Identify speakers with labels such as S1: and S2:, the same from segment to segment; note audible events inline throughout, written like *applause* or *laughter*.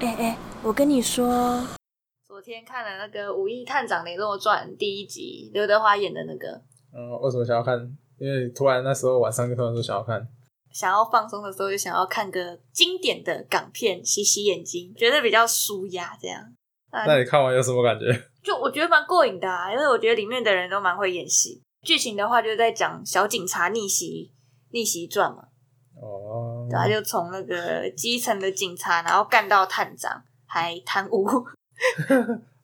S1: 哎我跟你说，
S2: 昨天看了那个《武义探长雷洛传》第一集，刘德华演的那个，
S3: 嗯，为什么想要看？因为突然那时候晚上就突然说想要看，
S2: 想要放松的时候就想要看个经典的港片，洗洗眼睛，觉得比较舒压。这样，啊
S3: 那你看完有什么感觉？
S2: 就我觉得蛮过瘾的啊，因为我觉得里面的人都蛮会演戏。剧情的话，就是在讲小警察逆袭逆袭传嘛，
S3: 哦，
S2: 对啊，就从那个基层的警察，然后干到探长，还贪污。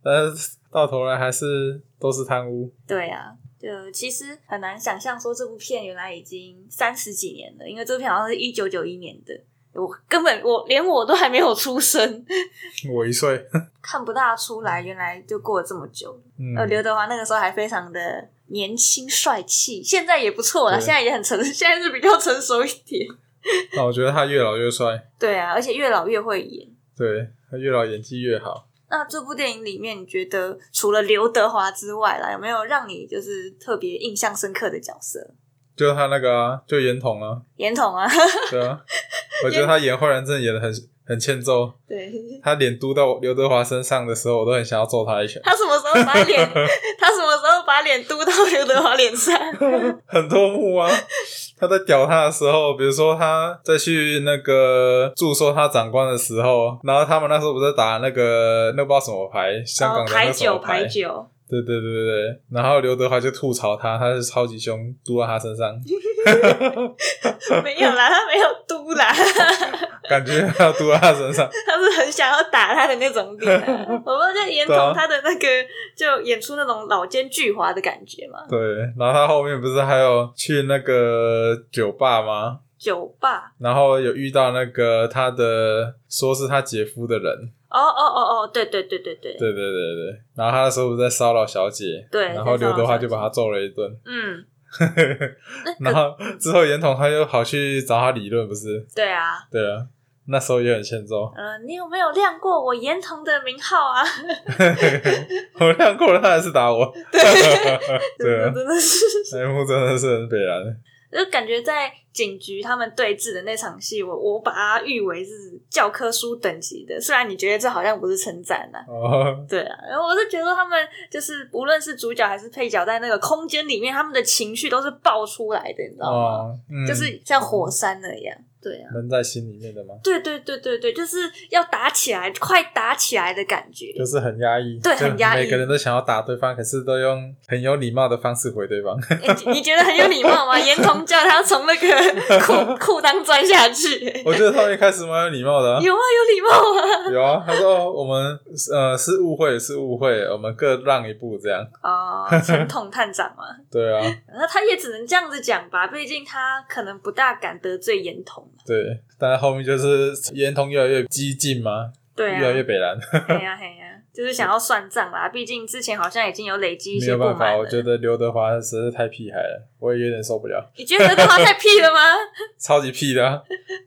S3: 但是到头来还是都是贪污，
S2: 对啊，就其实很难想象说这部片原来已经三十几年了，因为这部片好像是一九九一年的，我根本我连我都还没有出生， *laughs*
S3: 我一岁， *laughs*
S2: 看不大出来，原来就过了这么久。
S3: 嗯，
S2: 呃，刘德华那个时候还非常的年轻帅气，现在也不错啦，
S3: 对啊
S2: 现在也很成， *laughs* 现在是比较成熟一点。
S3: 那我觉得他越老越帅，
S2: 对啊，而且越老越会演。
S3: 对他越老演技越好。
S2: 那这部电影里面，你觉得除了刘德华之外啦，有没有让你就是特别印象深刻的角色？
S3: 就他那个啊，就严童啊，
S2: 严童啊， *laughs*
S3: 对啊，我觉得他演坏人真的演的很很欠揍。
S2: 对，
S3: 他脸嘟到刘德华身上的时候，我都很想要揍他一拳。
S2: 他什么时候把
S3: *laughs*
S2: 脸？他什么时候把脸嘟到刘德华脸上？
S3: 很多幕 *laughs* 啊，他在屌他的时候，比如说他在去那个祝寿他长官的时候，然后他们那时候不是打那个那不知道什么牌，香港
S2: 哦
S3: 的
S2: 排
S3: 那什
S2: 酒
S3: 么牌
S2: 排，酒，
S3: 对对对对对，然后刘德华就吐槽他，他是超级凶，嘟到他身上，
S2: 没有啦，他没有嘟啦， *laughs*
S3: 感觉要嘟到他身上， *laughs*
S2: 他是很想要打他的那种脸、啊。我说就严
S3: 对啊
S2: 童他的那个，就演出那种老奸巨猾的感觉嘛。
S3: 对，然后他后面不是还有去那个酒吧吗？
S2: 酒吧，
S3: 然后有遇到那个他的说是他姐夫的人，
S2: 哦哦哦哦，对对对对对，
S3: 对对对对，然后他那时候不是在骚扰小姐，
S2: 对
S3: 然后
S2: 在骚扰
S3: 刘德华
S2: 小姐
S3: 就把他揍了一顿， *laughs*
S2: 嗯，
S3: 然后之后严童他又跑去找他理论，不是？
S2: 对啊，。
S3: 对啊，那时候也很欠揍 *laughs*
S2: 嗯、你有没有亮过我严童的名号啊？
S3: 我亮过了，他还是打我。 *laughs* 对 *laughs*
S2: *laughs*
S3: 啊，
S2: 真的是。
S3: 那一幕真的是很悲然。
S2: 就感觉在警局他们对峙的那场戏，我我把它誉为是教科书等级的。虽然你觉得这好像不是称赞呐，
S3: 哦，
S2: 对啊，然后我是觉得他们就是无论是主角还是配角，在那个空间里面，他们的情绪都是爆出来的，你知道吗？
S3: 哦，嗯，
S2: 就是像火山那样。对啊，
S3: 闷在心里面的嘛，
S2: 对对对对对，就是要打起来，快打起来的感觉。
S3: 就是很压抑，
S2: 对
S3: 就
S2: 很压抑
S3: 每个人都想要打对方，可是都用很有礼貌的方式回对方。 *laughs*
S2: 诶你你觉得很有礼貌吗？严童叫他从那
S3: *laughs*
S2: 个裤裤裆钻下去、
S3: 我觉得他们一开始蛮有礼貌的、啊。
S2: 有吗？有礼貌吗？ *laughs*
S3: 有啊，他说哦我们呃是误会是误会，我们各让一步这样。
S2: 哦，传统探长嘛，
S3: 对啊，
S2: 那他也只能这样子讲吧，毕竟他可能不大敢得罪严童。
S3: 对，但是后面就是严童越来越激进嘛，
S2: 对
S3: 越来越
S2: 啊，
S3: 北蓝，
S2: 嘿呀嘿呀，就是想要算账啦。毕竟之前好像已经有累积一
S3: 没
S2: 些
S3: 有
S2: 不满
S3: 办法，我
S2: 了。
S3: 觉得刘德华实在是太屁孩了，我也有点受不了，
S2: 你觉得他太屁了吗？ *laughs*
S3: 超级屁的啊、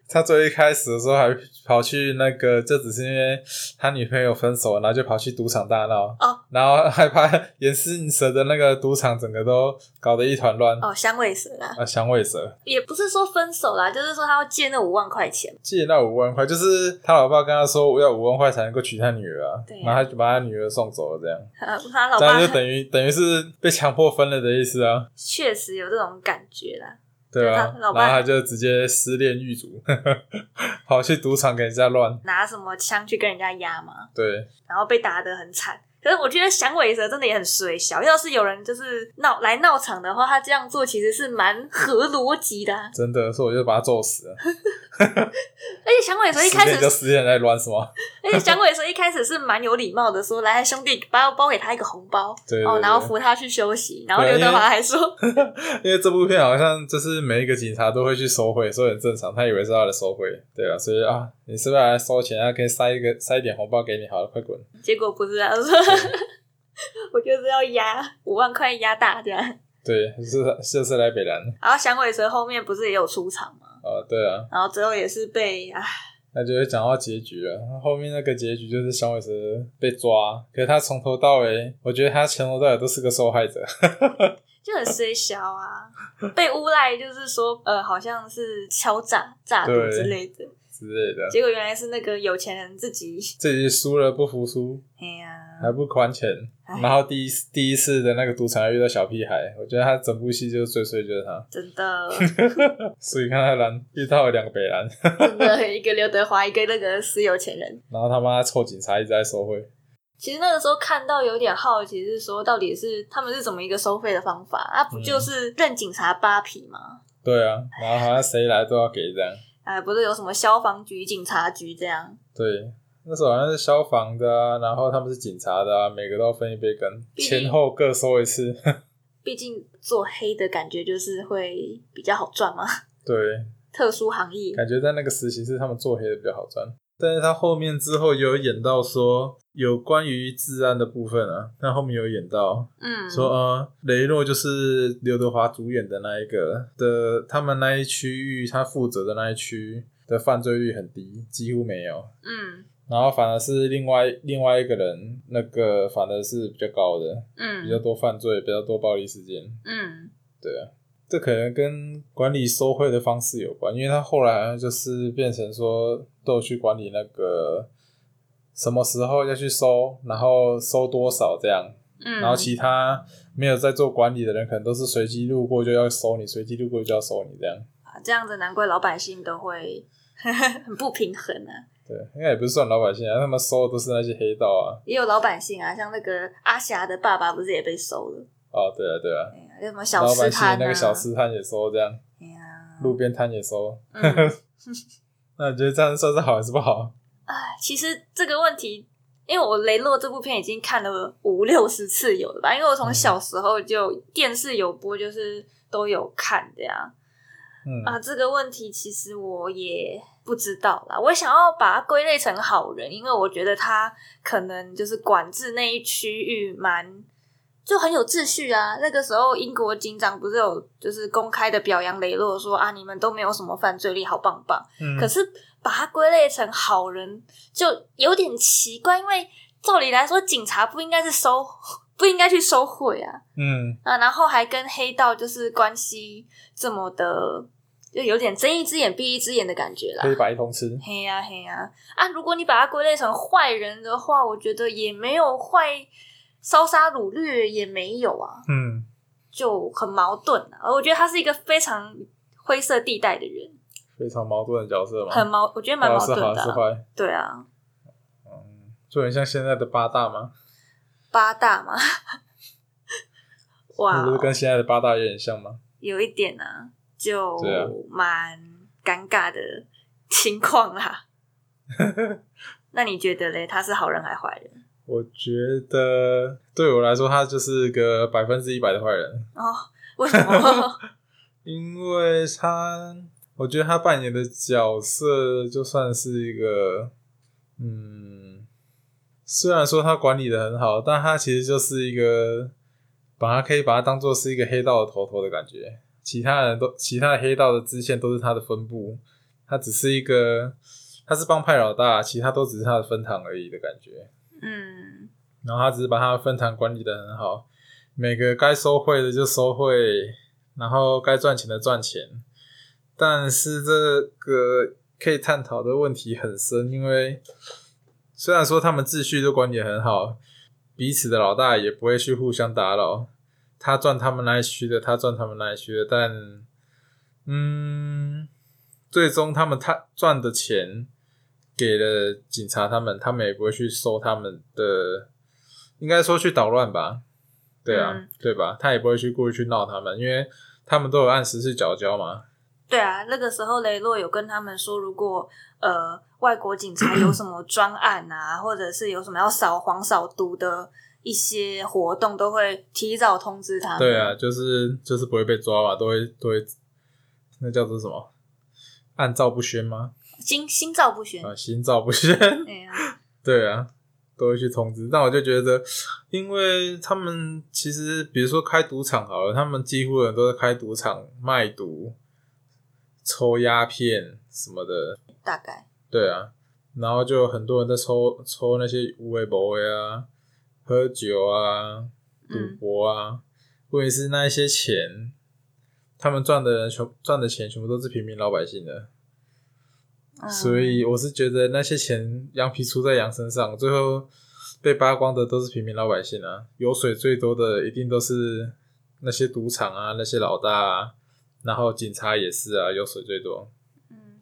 S3: 他最一开始的时候还跑去那个，就只是因为他女朋友分手，然后就跑去赌场大闹，
S2: 哦
S3: 然后害怕严世蛇的那个赌场整个都搞得一团乱。
S2: 哦，香味蛇啦，
S3: 啊，响尾蛇
S2: 也不是说分手啦，就是说他要借那五万块钱。 *laughs*
S3: 借那五万块，就是他老爸跟他说我要五万块才能够娶他女儿、啊
S2: 对啊
S3: 然后他就把他女儿送走了，这样，
S2: 他他老
S3: 这
S2: 爸
S3: 样就等于等于是被强迫分了的意思啊。
S2: 确实有这种感觉啦。
S3: 对
S2: 对
S3: 啊，
S2: 他
S3: 然
S2: 老
S3: 后
S2: 爸
S3: 他就直接失恋狱卒， *laughs* 跑去赌场给人家乱。
S2: 拿什么枪去跟人家压吗？
S3: 对，
S2: 然后被打得很惨。可是我觉得响尾蛇真的也很水小，要是有人就是闹来闹场的话，他这样做其实是蛮合逻辑的啊、
S3: 真的，所以我就把他揍
S2: *laughs*
S3: 死了。
S2: 而且响尾蛇一
S3: 失
S2: 开
S3: 恋就
S2: 始，
S3: 失恋在乱是吗？
S2: 而且响尾蛇一开始是蛮有礼貌的，说：“来，兄弟，包包给他一个红包。”
S3: 对对
S2: 哦，
S3: 对
S2: 然后扶他去休息。然后
S3: 对啊
S2: 刘德
S3: 因为
S2: 华还说
S3: *laughs* 因为这部片好像就是每一个警察都会去收贿，所以很正常。他以为是他的收贿，对啊，所以啊，你是不是来收钱？啊，可以塞一个塞一点红包给你，好了，快滚！：“
S2: 结果不是啊，他 *laughs* 说我就是要压五万块压大这样。
S3: 对，就是就是来北兰”
S2: 然后响尾蛇后面不是也有出场吗？
S3: 啊，对啊，
S2: 然后最后也是被啊，
S3: 那就会讲到结局了。后面那个结局就是小尾蛇被抓，可是他从头到尾，我觉得他从头到尾都是个受害者。
S2: 就很衰小啊，被诬赖就是说呃好像是敲诈诈赌
S3: 对
S2: 之类的。
S3: 之之类的，
S2: 结果原来是那个有钱人自己，
S3: 自己输了不服输，
S2: 哎呀，
S3: 还不还钱
S2: 哎。
S3: 然后第一第一次的那个赌场还遇到小屁孩，我觉得他整部戏就是最衰就是他，
S2: 真
S3: *laughs*
S2: 的，
S3: 所以看他蓝遇到了两个北蓝，
S2: 真的，一个刘德华，一个那个是有钱人。
S3: 然后他妈臭警察一直在收贿，
S2: 其实那个时候看到有点好奇，是说到底是他们是怎么一个收费的方法啊？不
S3: 嗯
S2: 就是认警察扒皮吗？
S3: 对啊，然后好像谁来都要给这样，
S2: 哎、不是有什么消防局、警察局这样，
S3: 对，那时候好像是消防的啊，然后他们是警察的啊，每个都要分一杯羹，
S2: 毕
S3: 前后各收一次。 *laughs*
S2: 毕竟做黑的感觉就是会比较好赚嘛， *laughs*
S3: 对，
S2: 特殊行业。
S3: 感觉在那个实习室他们做黑的比较好赚，但是他后面之后有演到说有关于治安的部分啊，那后面有演到
S2: 嗯，
S3: 说呃，雷诺就是刘德华主演的那一个的，他们那一区域他负责的那一区的犯罪率很低，几乎没有。
S2: 嗯
S3: 然后反而是另外另外一个人，那个反而是比较高的，比较
S2: 嗯
S3: 多犯罪，比较多暴力事件。
S2: 嗯，
S3: 对啊，这可能跟管理收贿的方式有关，因为他后来好像就是变成说都有去管理那个什么时候要去收，然后收多少这样，
S2: 嗯，
S3: 然后其他没有在做管理的人，可能都是随机路过就要收你，随机路过就要收你这样。
S2: 啊这样子，难怪老百姓都会 *laughs* 很不平衡啊。
S3: 对，应该也不是算老百姓啊，他们收的都是那些黑道啊。
S2: 也有老百姓啊，像那个阿霞的爸爸不是也被收了？
S3: 哦，对啊，对啊，
S2: 哎呀，有什么小
S3: 老
S2: 吃
S3: 百姓
S2: 摊啊？
S3: 那个小吃摊也收这样，
S2: 哎
S3: *laughs*
S2: 呀，
S3: 路边摊也收。
S2: 嗯
S3: 那你觉得这样算是好还是不好？
S2: 哎，其实这个问题，因为我《雷洛》这部片已经看了五六十次有了吧，因为我
S3: 嗯
S2: 从小时候就电视有播，就是都有看这样
S3: 嗯，
S2: 啊。这个问题其实我也不知道啦，我想要把它归类成好人，因为我觉得他可能就是管制那一区域蛮。就很有秩序啊！那个时候，英国警长不是有就是公开的表扬雷洛说啊，你们都没有什么犯罪力，好棒棒。
S3: 嗯
S2: 可是把他归类成好人就有点奇怪，因为照理来说，警察不应该是收， *laughs* 不应该去收贿啊
S3: 嗯，
S2: 啊，然后还跟黑道就是关系这么的，就有点睁一只眼闭一只眼的感觉啦
S3: 可。以把一通吃。
S2: 嘿呀、嘿呀、啊！如果你把它归类成坏人的话，我觉得也没有坏，烧杀掳掠也没有啊，
S3: 嗯，
S2: 就很矛盾啊。而我觉得他是一个非常灰色地带的人，
S3: 非常矛盾的角色嘛，
S2: 很矛，我觉得蛮
S3: 要
S2: 矛
S3: 是
S2: 盾的
S3: 好
S2: 啊、
S3: 是坏，
S2: 对啊，
S3: 嗯，就很像现在的八大嘛，
S2: 八大嘛， *laughs* 哇哦
S3: 不是，跟现在的八大有点像吗？
S2: 有一点啊，就
S3: 对啊
S2: 蛮尴尬的情况
S3: *laughs*
S2: 啦。那你觉得嘞？他是好人还坏人？
S3: 我觉得对我来说，他就是个百分之一百的坏人，
S2: 哦，为什
S3: *laughs*
S2: 么？
S3: 因为他，我觉得他扮演的角色就算是一个，嗯，虽然说他管理的很好，但他其实就是一个，把他可以把他当做是一个黑道的头头的感觉，其他人都，其他的黑道的支线都是他的分部，他只是一个，他是帮派老大，其他都只是他的分堂而已的感觉。
S2: 嗯
S3: 然后他只是把他的分堂管理的很好，每个该收贿的就收贿，然后该赚钱的赚钱。但是这个可以探讨的问题很深，因为虽然说他们秩序都管理得很好，彼此的老大也不会去互相打扰，他赚他们那一区的，他赚他们那一区的，但嗯，最终他们他赚的钱给了警察他们，他们也不会去收他们的，应该说去捣乱吧，对啊，
S2: 嗯
S3: 对吧？他也不会去故意去闹他们，因为他们都有按时去缴交嘛，
S2: 对啊，那个时候雷洛有跟他们说，如果呃外国警察有什么专案
S3: *coughs*
S2: 啊，或者是有什么要扫黄扫毒的一些活动，都会提早通知他们。
S3: 对啊，，就是就是不会被抓嘛，都会都会，那叫做什么？按照不宣吗？
S2: 心心照不宣。
S3: 啊，心照不宣。
S2: 哎呀、
S3: 对啊，都会去通知。但我就觉得，因为他们其实，比如说开赌场好了，他们几乎人都在开赌场卖毒、抽鸦片什么的。
S2: 大概
S3: 对啊，然后就有很多人在抽抽那些无为博为啊、喝酒啊、赌
S2: 嗯
S3: 博啊。问题是那一些钱，他们赚的人全赚的钱全部都是平民老百姓的。
S2: 嗯
S3: 所以我是觉得那些钱羊皮出在羊身上，最后被扒光的都是平民老百姓啊。油水最多的一定都是那些赌场啊，那些老大啊，然后警察也是啊，油水最多。
S2: 嗯，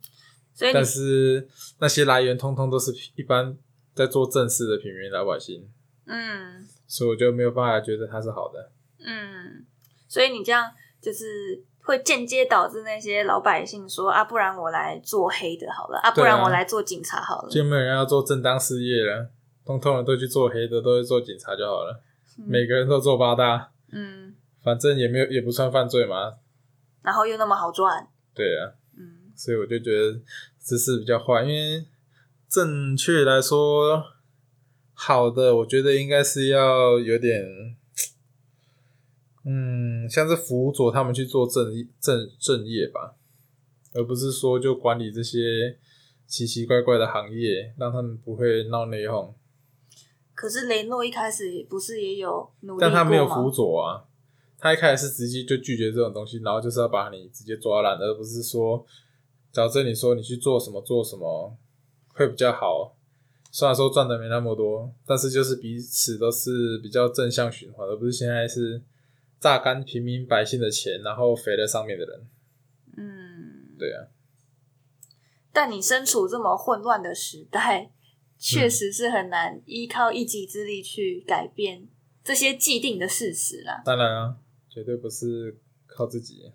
S2: 所以你
S3: 但是那些来源通通都是一般在做正事的平民老百姓，
S2: 嗯
S3: 所以我就没有办法觉得它是好的。
S2: 嗯，所以你这样就是会间接导致那些老百姓说啊，不然我来做黑的好了，啊，不
S3: 对啊
S2: 然我来做警察好了。
S3: 就没有人要做正当事业了，通通人都去做黑的，都去做警察就好了。
S2: 嗯
S3: 每个人都做八大，
S2: 嗯，
S3: 反正也没有也不算犯罪嘛。
S2: 然后又那么好赚，
S3: 对啊，
S2: 嗯
S3: 所以我就觉得这是比较坏，因为正确来说，好的，我觉得应该是要有点，嗯，像是辅佐他们去做正义正正业吧，而不是说就管理这些奇奇怪怪的行业，让他们不会闹内讧。
S2: 可是雷诺一开始不是也有努力
S3: 但他没有
S2: 过吗
S3: 辅佐啊，他一开始是直接就拒绝这种东西，然后就是要把你直接抓烂，而不是说，矫正你说你去做什么做什么会比较好。虽然说赚的没那么多，但是就是彼此都是比较正向循环，而不是现在是榨干平民百姓的钱，然后肥了上面的人。
S2: 嗯，
S3: 对啊，
S2: 但你身处这么混乱的时代，确
S3: 嗯
S2: 实是很难依靠一己之力去改变这些既定的事实啦。
S3: 当然啊，绝对不是靠自己。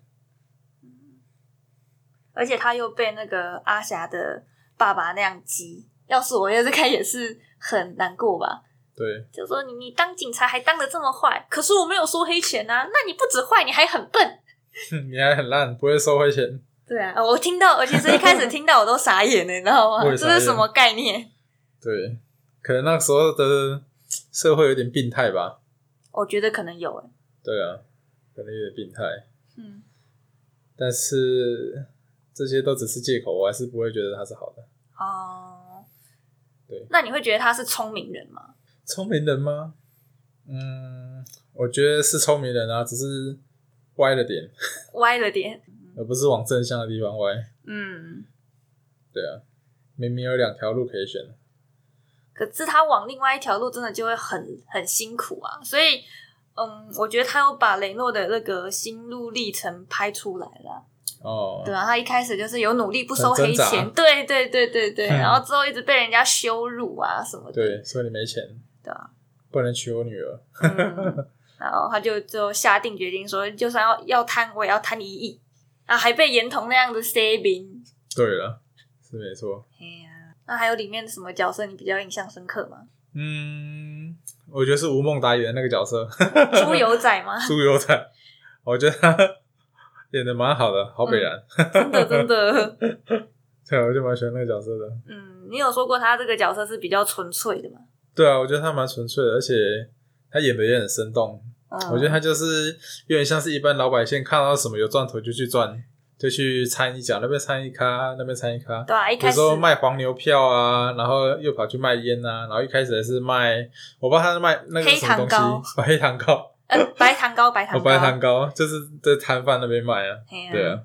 S2: 而且他又被那个阿霞的爸爸那样激，要是我要是看也是很难过吧。
S3: 对， *laughs*
S2: 就说你你当警察还当的这么坏，可是我没有收黑钱啊，那你不止坏，你还很笨。
S3: 你还很烂，不会收回钱。
S2: 对啊，我听到，而且是一开始听到我都傻眼欸了，你知道吗？
S3: 我也傻
S2: 这
S3: 眼
S2: 是什么概念？
S3: 对，可能那时候的社会有点病态吧。
S2: 我觉得可能有欸诶、
S3: 对啊，可能有点病态，
S2: 嗯，
S3: 但是这些都只是借口，我还是不会觉得他是好的。
S2: 哦，
S3: 对
S2: 那你会觉得他是聪明人吗？
S3: 聪明人吗？嗯，我觉得是聪明人啊，只是歪了点，
S2: 歪了点，
S3: 而不是往正向的地方歪。
S2: 嗯，
S3: 对啊，明明有两条路可以选，
S2: 可是他往另外一条路真的就会很很辛苦啊，所以嗯，我觉得他有把雷诺的那个心路历程拍出来了，
S3: 哦，
S2: 对啊，他一开始就是有努力不收黑
S3: 很挣
S2: 钱
S3: 扎，
S2: 对对对对对，
S3: 嗯
S2: 然后之后一直被人家羞辱啊什么的，
S3: 对，所以你没钱，
S2: 对啊，
S3: 不能娶我女儿，
S2: 嗯 *laughs* 然后他就就下定决定说，就算要要贪，我也要贪一亿啊，还被严童那样子 saving，
S3: 对了，是没错。
S2: 哎呀，那还有里面的什么角色你比较印象深刻
S3: *laughs*
S2: 吗？
S3: 嗯，我觉得是吴孟达演的那个角色， *laughs*
S2: 猪油仔吗？ *laughs*
S3: 猪油仔，我觉得他演的蛮好的，好北然。
S2: 真的真的。
S3: 对，我就蛮喜欢那个角色的。
S2: 嗯，你有说过他这个角色是比较纯粹的嘛？
S3: 对啊，我觉得他蛮纯粹的，而且他演的也很生动。
S2: 嗯，
S3: 我觉得他就是有点像是一般老百姓看到什么有赚头就去赚，就去参一脚，那边参一咖，那边参一咖。
S2: 对啊，一
S3: 有
S2: 开
S3: 时
S2: 始
S3: 候卖黄牛票啊，然后又跑去卖烟啊，然后一开始还是卖，我不知道他是卖那个
S2: 黑
S3: 什么
S2: 糖
S3: 东
S2: 糕
S3: 西，黑糖糕，
S2: 呃白糖糕，白
S3: 哦，
S2: 糖糕，
S3: 白糖糕，就是在摊贩那边卖啊，
S2: 嘿啊
S3: 对啊，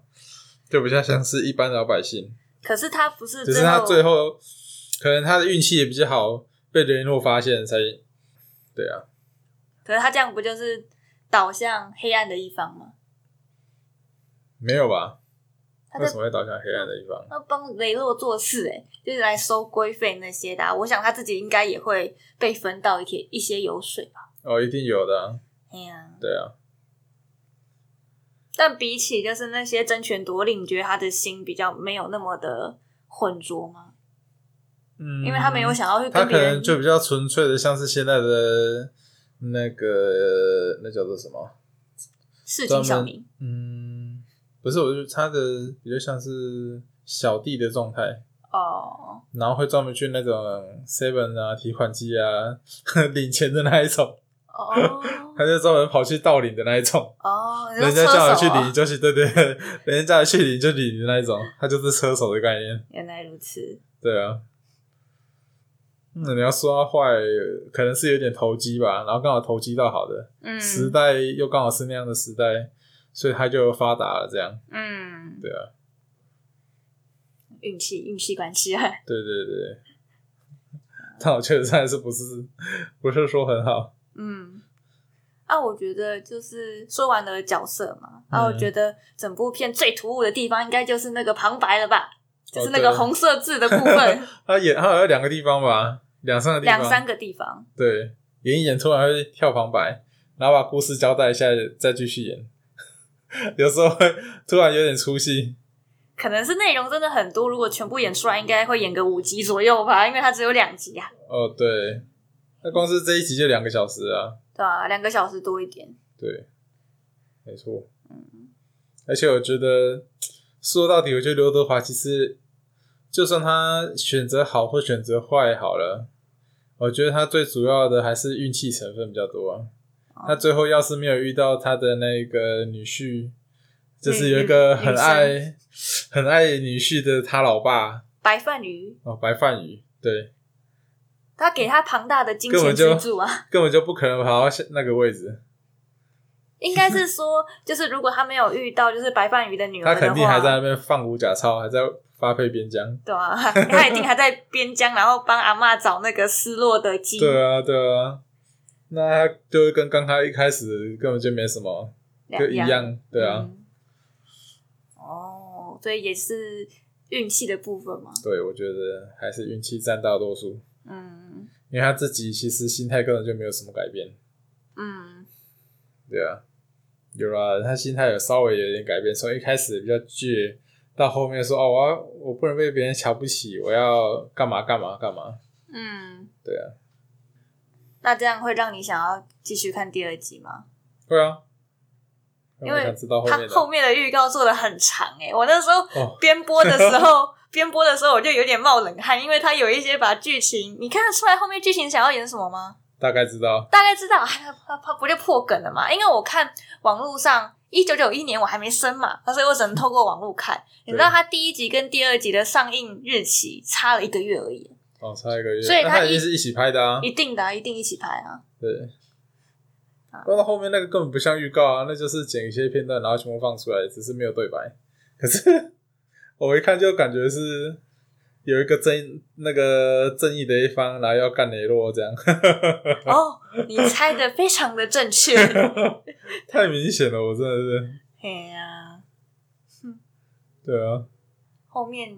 S3: 就比较像是一般老百姓。
S2: 可是他不是
S3: *laughs* 只
S2: 最后，
S3: 是他最后可能他的运气也比较好，被雷诺发现才对啊，
S2: 可是他这样不就是导向黑暗的一方吗？
S3: 没有吧？
S2: 他
S3: 为
S2: 在
S3: 什么会导向黑暗的地方？
S2: 他帮雷洛做事、欸，就是来收规费那些的啊、我想他自己应该也会被分到一些一些油水吧？
S3: 哦，一定有的啊、
S2: 哎呀、
S3: 对啊，
S2: 但比起就是那些争权夺利，你觉得他的心比较没有那么的浑浊吗？
S3: 嗯，
S2: 因为他没有，想要去
S3: 他
S2: 跟
S3: 可
S2: 别
S3: 能
S2: 人
S3: 就比较纯粹的，像是现在的那个那叫做什么？
S2: 事
S3: 专
S2: 情
S3: 门
S2: 小明，
S3: 嗯，不是，我就他的比较像是小弟的状态。
S2: 哦，
S3: 然后会专门去那种 Seven 啊、提款机啊 *laughs* 领钱的那一种，
S2: 哦，
S3: 他就专门跑去盗领的那一种。
S2: 哦，你说
S3: 人家
S2: 车
S3: 叫你
S2: 手
S3: 去
S2: 哦
S3: 领就是对对， *laughs* 对人家叫你去领就领的那一种，他就是车手的概念。
S2: 原来如此，
S3: 对啊，嗯，你要说他坏，可能是有点投机吧，然后刚好投机到好的、
S2: 嗯，
S3: 时代，又刚好是那样的时啊代，所以他就发达了。这样，
S2: 嗯，
S3: 对啊，
S2: 运气运气关系啊。 *laughs*
S3: 对对对，但我觉得这还是不是不是说很好，
S2: 嗯，啊，我觉得就是说完了角色嘛，啊，
S3: 嗯
S2: 我觉得整部片最突兀的地方应该就是那个旁白了吧，就是那
S3: 哦
S2: 个
S3: 对
S2: 红色字的部
S3: *laughs*
S2: 分，
S3: 他演他好像有两个地方吧，两三个地方，
S2: 两三个地方。
S3: 对，演一演突然会跳旁白，然后把故事交代一下，再继续演， *laughs* 有时候会突然有点出戏。
S2: 可能是内容真的很多，如果全部演出来，应该会演个五集左右吧，因为它只有两集啊，
S3: 哦，对，那光是这一集就两个小时啊，
S2: 对吧、两个小时多一点。
S3: 对，没错。
S2: 嗯
S3: 而且我觉得说到底，我觉得刘德华其实就算他选择好或选择坏好了，我觉得他最主要的还是运气成分比较多、啊。
S2: 哦
S3: 他最后要是没有遇到他的那个女婿，就是有一个很
S2: 女
S3: 爱很爱女婿的他老爸
S2: 白饭鱼，
S3: 哦，白饭鱼，对，
S2: 他给他庞大的金
S3: 根
S2: 钱
S3: 本就
S2: 支柱啊，
S3: 根本就不可能跑到那个位置，
S2: 应该是说，就是如果他没有遇到就是白饭鱼的女
S3: 他
S2: 儿的话，
S3: 肯定还在那边放五假钞，还在发配边疆。
S2: 对啊，他一定还在边疆，然后帮阿嬷找那个失落的鸡。
S3: 对啊，对啊，那他就跟刚开一开始根本就没什么，
S2: 两
S3: 就一样，对啊，
S2: 嗯哦，所以也是运气的部分嘛。
S3: 对我觉得还是运气占大多数，
S2: 嗯
S3: 因为他自己其实心态根本就没有什么改变，
S2: 嗯
S3: 对啊，有啊，他心态有稍微有点改变，从一开始比较倔，到后面说哦，我要我不能被别人瞧不起，我要干嘛干嘛干嘛，
S2: 嗯，
S3: 对啊，
S2: 那这样会让你想要继续看第二集吗？
S3: 对啊，那
S2: 因
S3: 我
S2: 为
S3: 想知道后
S2: 它
S3: 面的
S2: 后面的预告做的很长诶、我那时候
S3: 哦，
S2: 边播的时
S3: *laughs*
S2: 候。边播的时候我就有点冒冷汗，因为它有一些把剧情，你看得出来后面剧情想要演什么吗？
S3: 大概知道，
S2: 大概知道，哎他他不就破梗了嘛？因为我看网络上一九九一年我还没生嘛，所以我只能透过网络看。你知道他第一集跟第二集的上映日期差了一个月而已，
S3: 哦，差一个月，
S2: 所以
S3: 那
S2: 他
S3: 他已
S2: 一
S3: 经是一起拍的啊，
S2: 一定的、啊，一定一起拍
S3: *laughs*
S2: 啊。
S3: 对，放到后面那个根本不像预告啊，那就是剪一些片段，然后全部放出来，只是没有对白。可是 *laughs* 我一看就感觉是有一个正那个正义的一方，然后要干雷洛这样， *laughs*
S2: 哦，你猜的非常的正
S3: *laughs*
S2: 确。
S3: 太明显了，我真的是
S2: 嘿呀、
S3: 对啊，
S2: 后面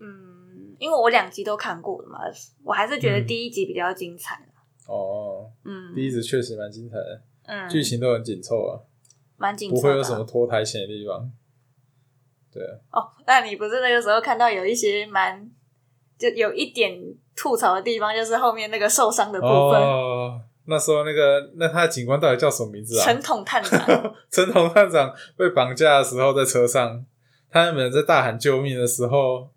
S2: 嗯，因为我两集都看过了嘛，我还是觉得第一集比较精彩啦
S3: 哦，
S2: 嗯，
S3: 嗯第一集确实蛮精彩的，
S2: 嗯
S3: 剧情都很紧凑啊，
S2: 蛮紧
S3: 不
S2: 凑
S3: 会
S2: 的啊
S3: 有什么拖台前的地方。对啊，
S2: 哦，那你不是那个时候看到有一些蛮，就有一点吐槽的地方，就是后面那个受伤的部分，
S3: 哦，那时候那个那他的警官到底叫什么名字啊？
S2: 陈统探
S3: *laughs*
S2: 长，
S3: 陈同探长被绑架的时候在车上，他们在大喊救命的时候，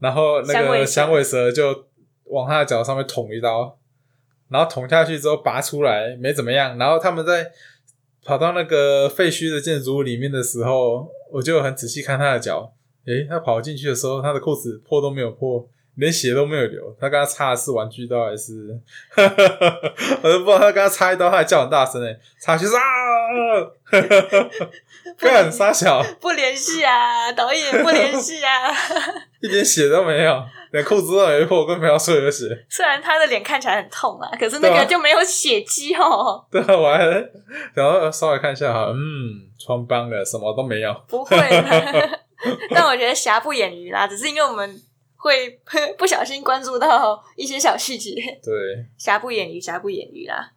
S3: 然后那
S2: 响尾
S3: 个
S2: 蛇
S3: 响尾蛇就往他的脚上面捅一刀，然后捅下去之后拔出来没怎么样，然后他们在跑到那个废墟的建筑物里面的时候，我就很仔细看他的脚，诶，他跑进去的时候，他的裤子破都没有破。连血都没有流，他刚刚插的是玩具刀还是？ *laughs* 我都不知道他刚刚插一刀，他还叫很大声诶、插下去是啊！ *laughs* 干傻小，
S2: 不联系啊，导演不联系啊。 *laughs*
S3: 一点血都没有， *laughs* 连裤子都没破，更不要说有血。 *laughs*
S2: 虽然他的脸看起来很痛啊，可是那
S3: 对
S2: 个
S3: 啊
S2: 就没有血迹
S3: *laughs*
S2: 哦，
S3: 对啊，我还然后稍微看一下哈，嗯，穿帮了，什么都没有。
S2: 不会啦。 *laughs* 但我觉得瑕不掩瑜啦，只是因为我们会 *laughs* 不小心关注到一些小细节， *laughs*
S3: 对，
S2: 瑕不掩瑜，瑕不掩瑜啦，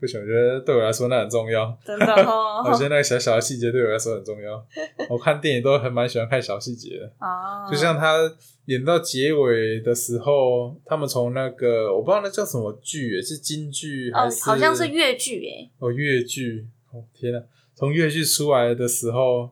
S3: 不行，我觉得对我来说那很重要。
S2: 真的
S3: *laughs*
S2: 哦。
S3: 我觉得那个小小的细节对我来说很
S2: *laughs*
S3: 重要。我看电影都很蛮喜欢看小细节的，
S2: 哦，
S3: 就像他演到结尾的时候，他们从那个我不知道那叫什么剧，是京剧还
S2: 哦
S3: 是、，
S2: 好像是越剧诶、
S3: 哦，越剧，哦天呐，从越剧出来的时候，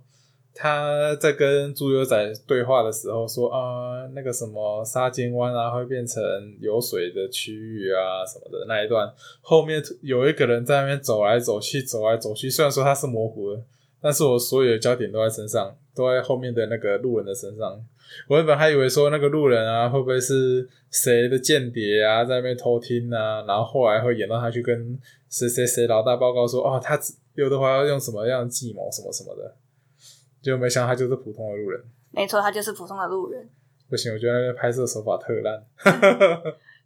S3: 他在跟猪油仔对话的时候说啊，那个什么沙尖湾啊会变成有水的区域啊什么的那一段，后面有一个人在那边走来走去，走来走去，虽然说他是模糊的，但是我所有的焦点都在身上，都在后面的那个路人的身上。我原本还以为说那个路人啊，会不会是谁的间谍啊，在那边偷听啊？然后后来会演到他去跟谁谁谁老大报告说，哦，他只刘德华要用什么样的计谋什么什么的，结果没想到他就是普通的路人。
S2: 没错，他就是普通的路人。
S3: 不行，我觉得那边拍摄手法特烂。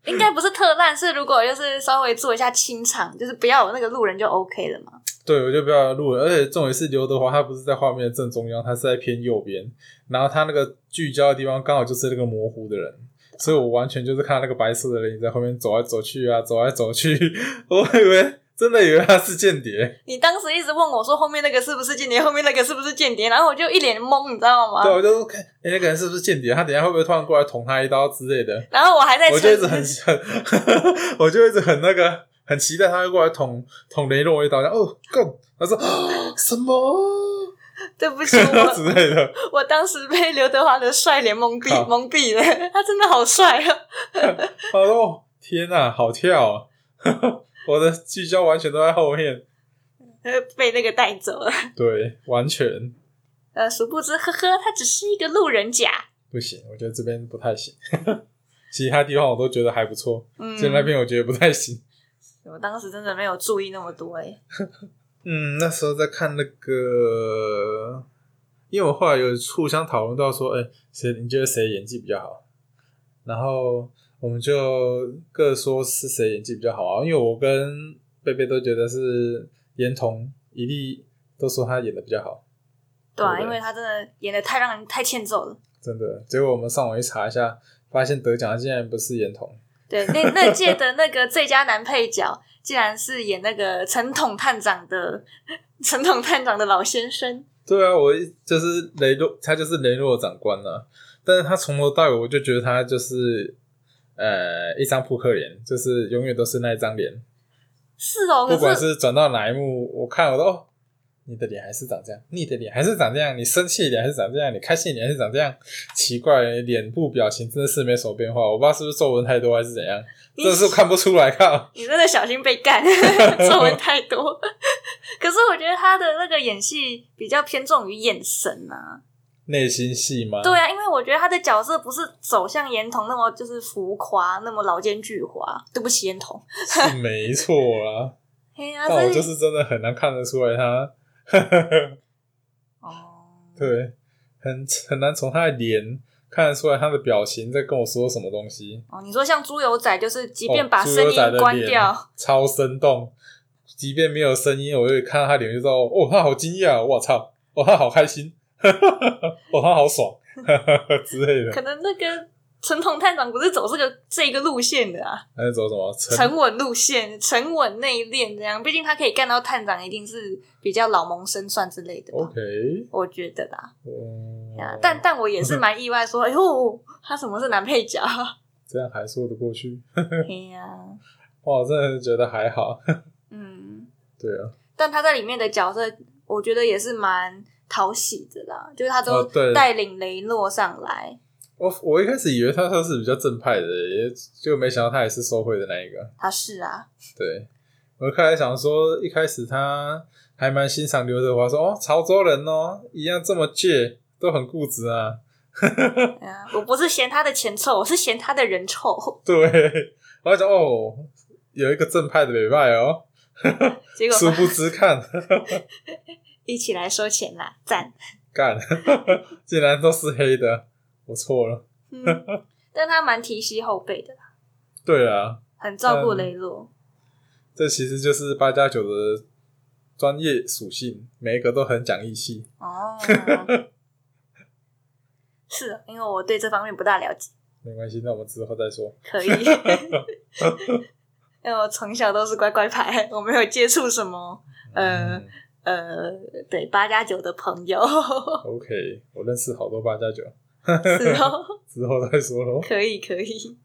S2: 应该不是特烂，是如果就是稍微做一下清场，就是不要有那个路人就 OK 了嘛。
S3: 对，我就不要录了。而且重点是刘德华，他不是在画面的正中央，他是在偏右边，然后他那个聚焦的地方刚好就是那个模糊的人，所以我完全就是看到那个白色的人影在后面走来走去啊，走来走去。 *laughs* 我以为真的以为他是间谍，
S2: 你当时一直问我说后面那个是不是间谍，后面那个是不是间谍，然后我就一脸懵，你知道吗
S3: 对，？我就说看，哎、那个人是不是间谍？他等一下会不会突然过来捅他一刀之类的？
S2: 然后我还在
S3: *laughs* 我就一直很
S2: 沉，
S3: 很，我就一直很那个，很期待他会过来捅捅雷诺一刀，然后哦，go，他说、 *gasps* 啊什么 *laughs*
S2: 对不起，
S3: 之
S2: 我
S3: 类的。
S2: 我当时被刘德华的帅脸蒙蔽 *laughs*
S3: *laughs* 好
S2: 蒙蔽了，他真的好帅
S3: *laughs*
S2: 啊！
S3: 他说哦，天呐，好跳、哦！ *laughs* 我的聚焦完全都在后面，
S2: 被那个带走了。
S3: 对，完全
S2: 呃，殊不知，呵呵，他只是一个路人甲。
S3: 不行。我觉得这边不太行， *laughs* 其他地方我都觉得还不错，
S2: 嗯，
S3: 就那边我觉得不太行。
S2: 我当时真的没有注意那么多哎、
S3: 嗯，那时候在看那个，因为我后来有互相讨论到说，哎、谁你觉得谁演技比较好？然后我们就各说是谁演技比较好啊，因为我跟贝贝都觉得是严童、一力都说他演的比较好。
S2: 对啊，
S3: 对
S2: 因为他真的演的太让人太欠揍了。
S3: 真的。结果我们上网一查一下，发现得奖的竟然不是严童，
S2: 对，那那届的那个最佳男配角，竟然是演那个陈统探长的陈统探长的老先生。
S3: 对啊，我一就是雷诺，他就是雷诺长官啊。但是他从头到尾，我就觉得他就是呃一张扑克脸，就是永远都是那一张脸，
S2: 是哦，
S3: 不
S2: 可
S3: 管是转到哪一幕，我看我都。哦你的脸还是长这样，你的脸还是长这样，你生气脸还是长这样，你开心脸还是长这样，奇怪，脸部表情真的是没什么变化，我不知道是不是皱纹太多还是怎样，
S2: 你
S3: 真的是看不出来，靠！
S2: 你真的小心被干， *laughs* 皱纹太多。可是我觉得他的那个演戏比较偏重于眼神啊，
S3: 内心戏吗？
S2: 对啊，因为我觉得他的角色不是走向严童那么就是浮夸，那么老奸巨猾。对不起，严童，
S3: 是没错啦，
S2: 嘿呀、啊，
S3: 但
S2: 所
S3: 我
S2: 以
S3: 就是真的很难看得出来他，
S2: 哦，
S3: 对，很很难从他的脸看得出来他的表情在跟我说什么东西。
S2: 哦，你说像猪油仔，就是即便
S3: 哦
S2: 把
S3: 猪
S2: 声
S3: 油仔的
S2: 音关
S3: 脸
S2: 掉，
S3: *laughs* 超生动，即便没有声音，我就看到他脸就知道，哦，他好惊讶，我操，哦，他好开心， *laughs* 哦，他好爽 *laughs* 之类
S2: 可
S3: 的。
S2: 能那个陈同探长不是走这个这一个路线的啊，
S3: 还是走什么成
S2: 沉稳路线，沉稳内敛这样。毕竟他可以干到探长，一定是比较老谋深算之类的吧。
S3: ？OK，
S2: 我觉得啦，
S3: 嗯
S2: 呀但但我
S3: *laughs*
S2: 也是蛮意外说，哎呦，他什么是男配角？
S3: 这样还说得过去。
S2: 哎呀、
S3: 哇，我真的觉得还好。 *laughs*
S2: 嗯，
S3: 对啊，
S2: 但他在里面的角色，我觉得也是蛮讨喜的啦，就是他都
S3: 哦对
S2: 带领雷诺上来，
S3: 我我一开始以为他他是比较正派的，也就没想到他也是受贿的那一个。
S2: 他是啊，
S3: 对，我开始想说，一开始他还蛮欣赏刘德华，说哦，潮州人哦，一样这么倔，都很固执啊。
S2: 哎呀我不是嫌他的钱臭，我是嫌他的人臭。 *laughs*
S3: 对，然后讲哦，有一个正派的美拜哦，
S2: 结果
S3: 殊不知看 *laughs*
S2: 一起来收钱啦，赞。
S3: 干，竟然都是黑的，我错了。
S2: 嗯，但他蛮提携后辈的啦，
S3: 对啊，
S2: 很照顾雷洛。
S3: 这其实就是八加九的专业属性，每一个都很讲义气。
S2: 哦，是啊因为我对这方面不大了解，
S3: 没关系，那我们之后再说。
S2: 可以。因为我从小都是乖乖牌，我没有接触什么呃
S3: 嗯
S2: 呃，对八加九的朋友， *laughs*
S3: ，OK，我认识好多八加九，
S2: 是哦，
S3: 之后再说喽。
S2: 可以可以。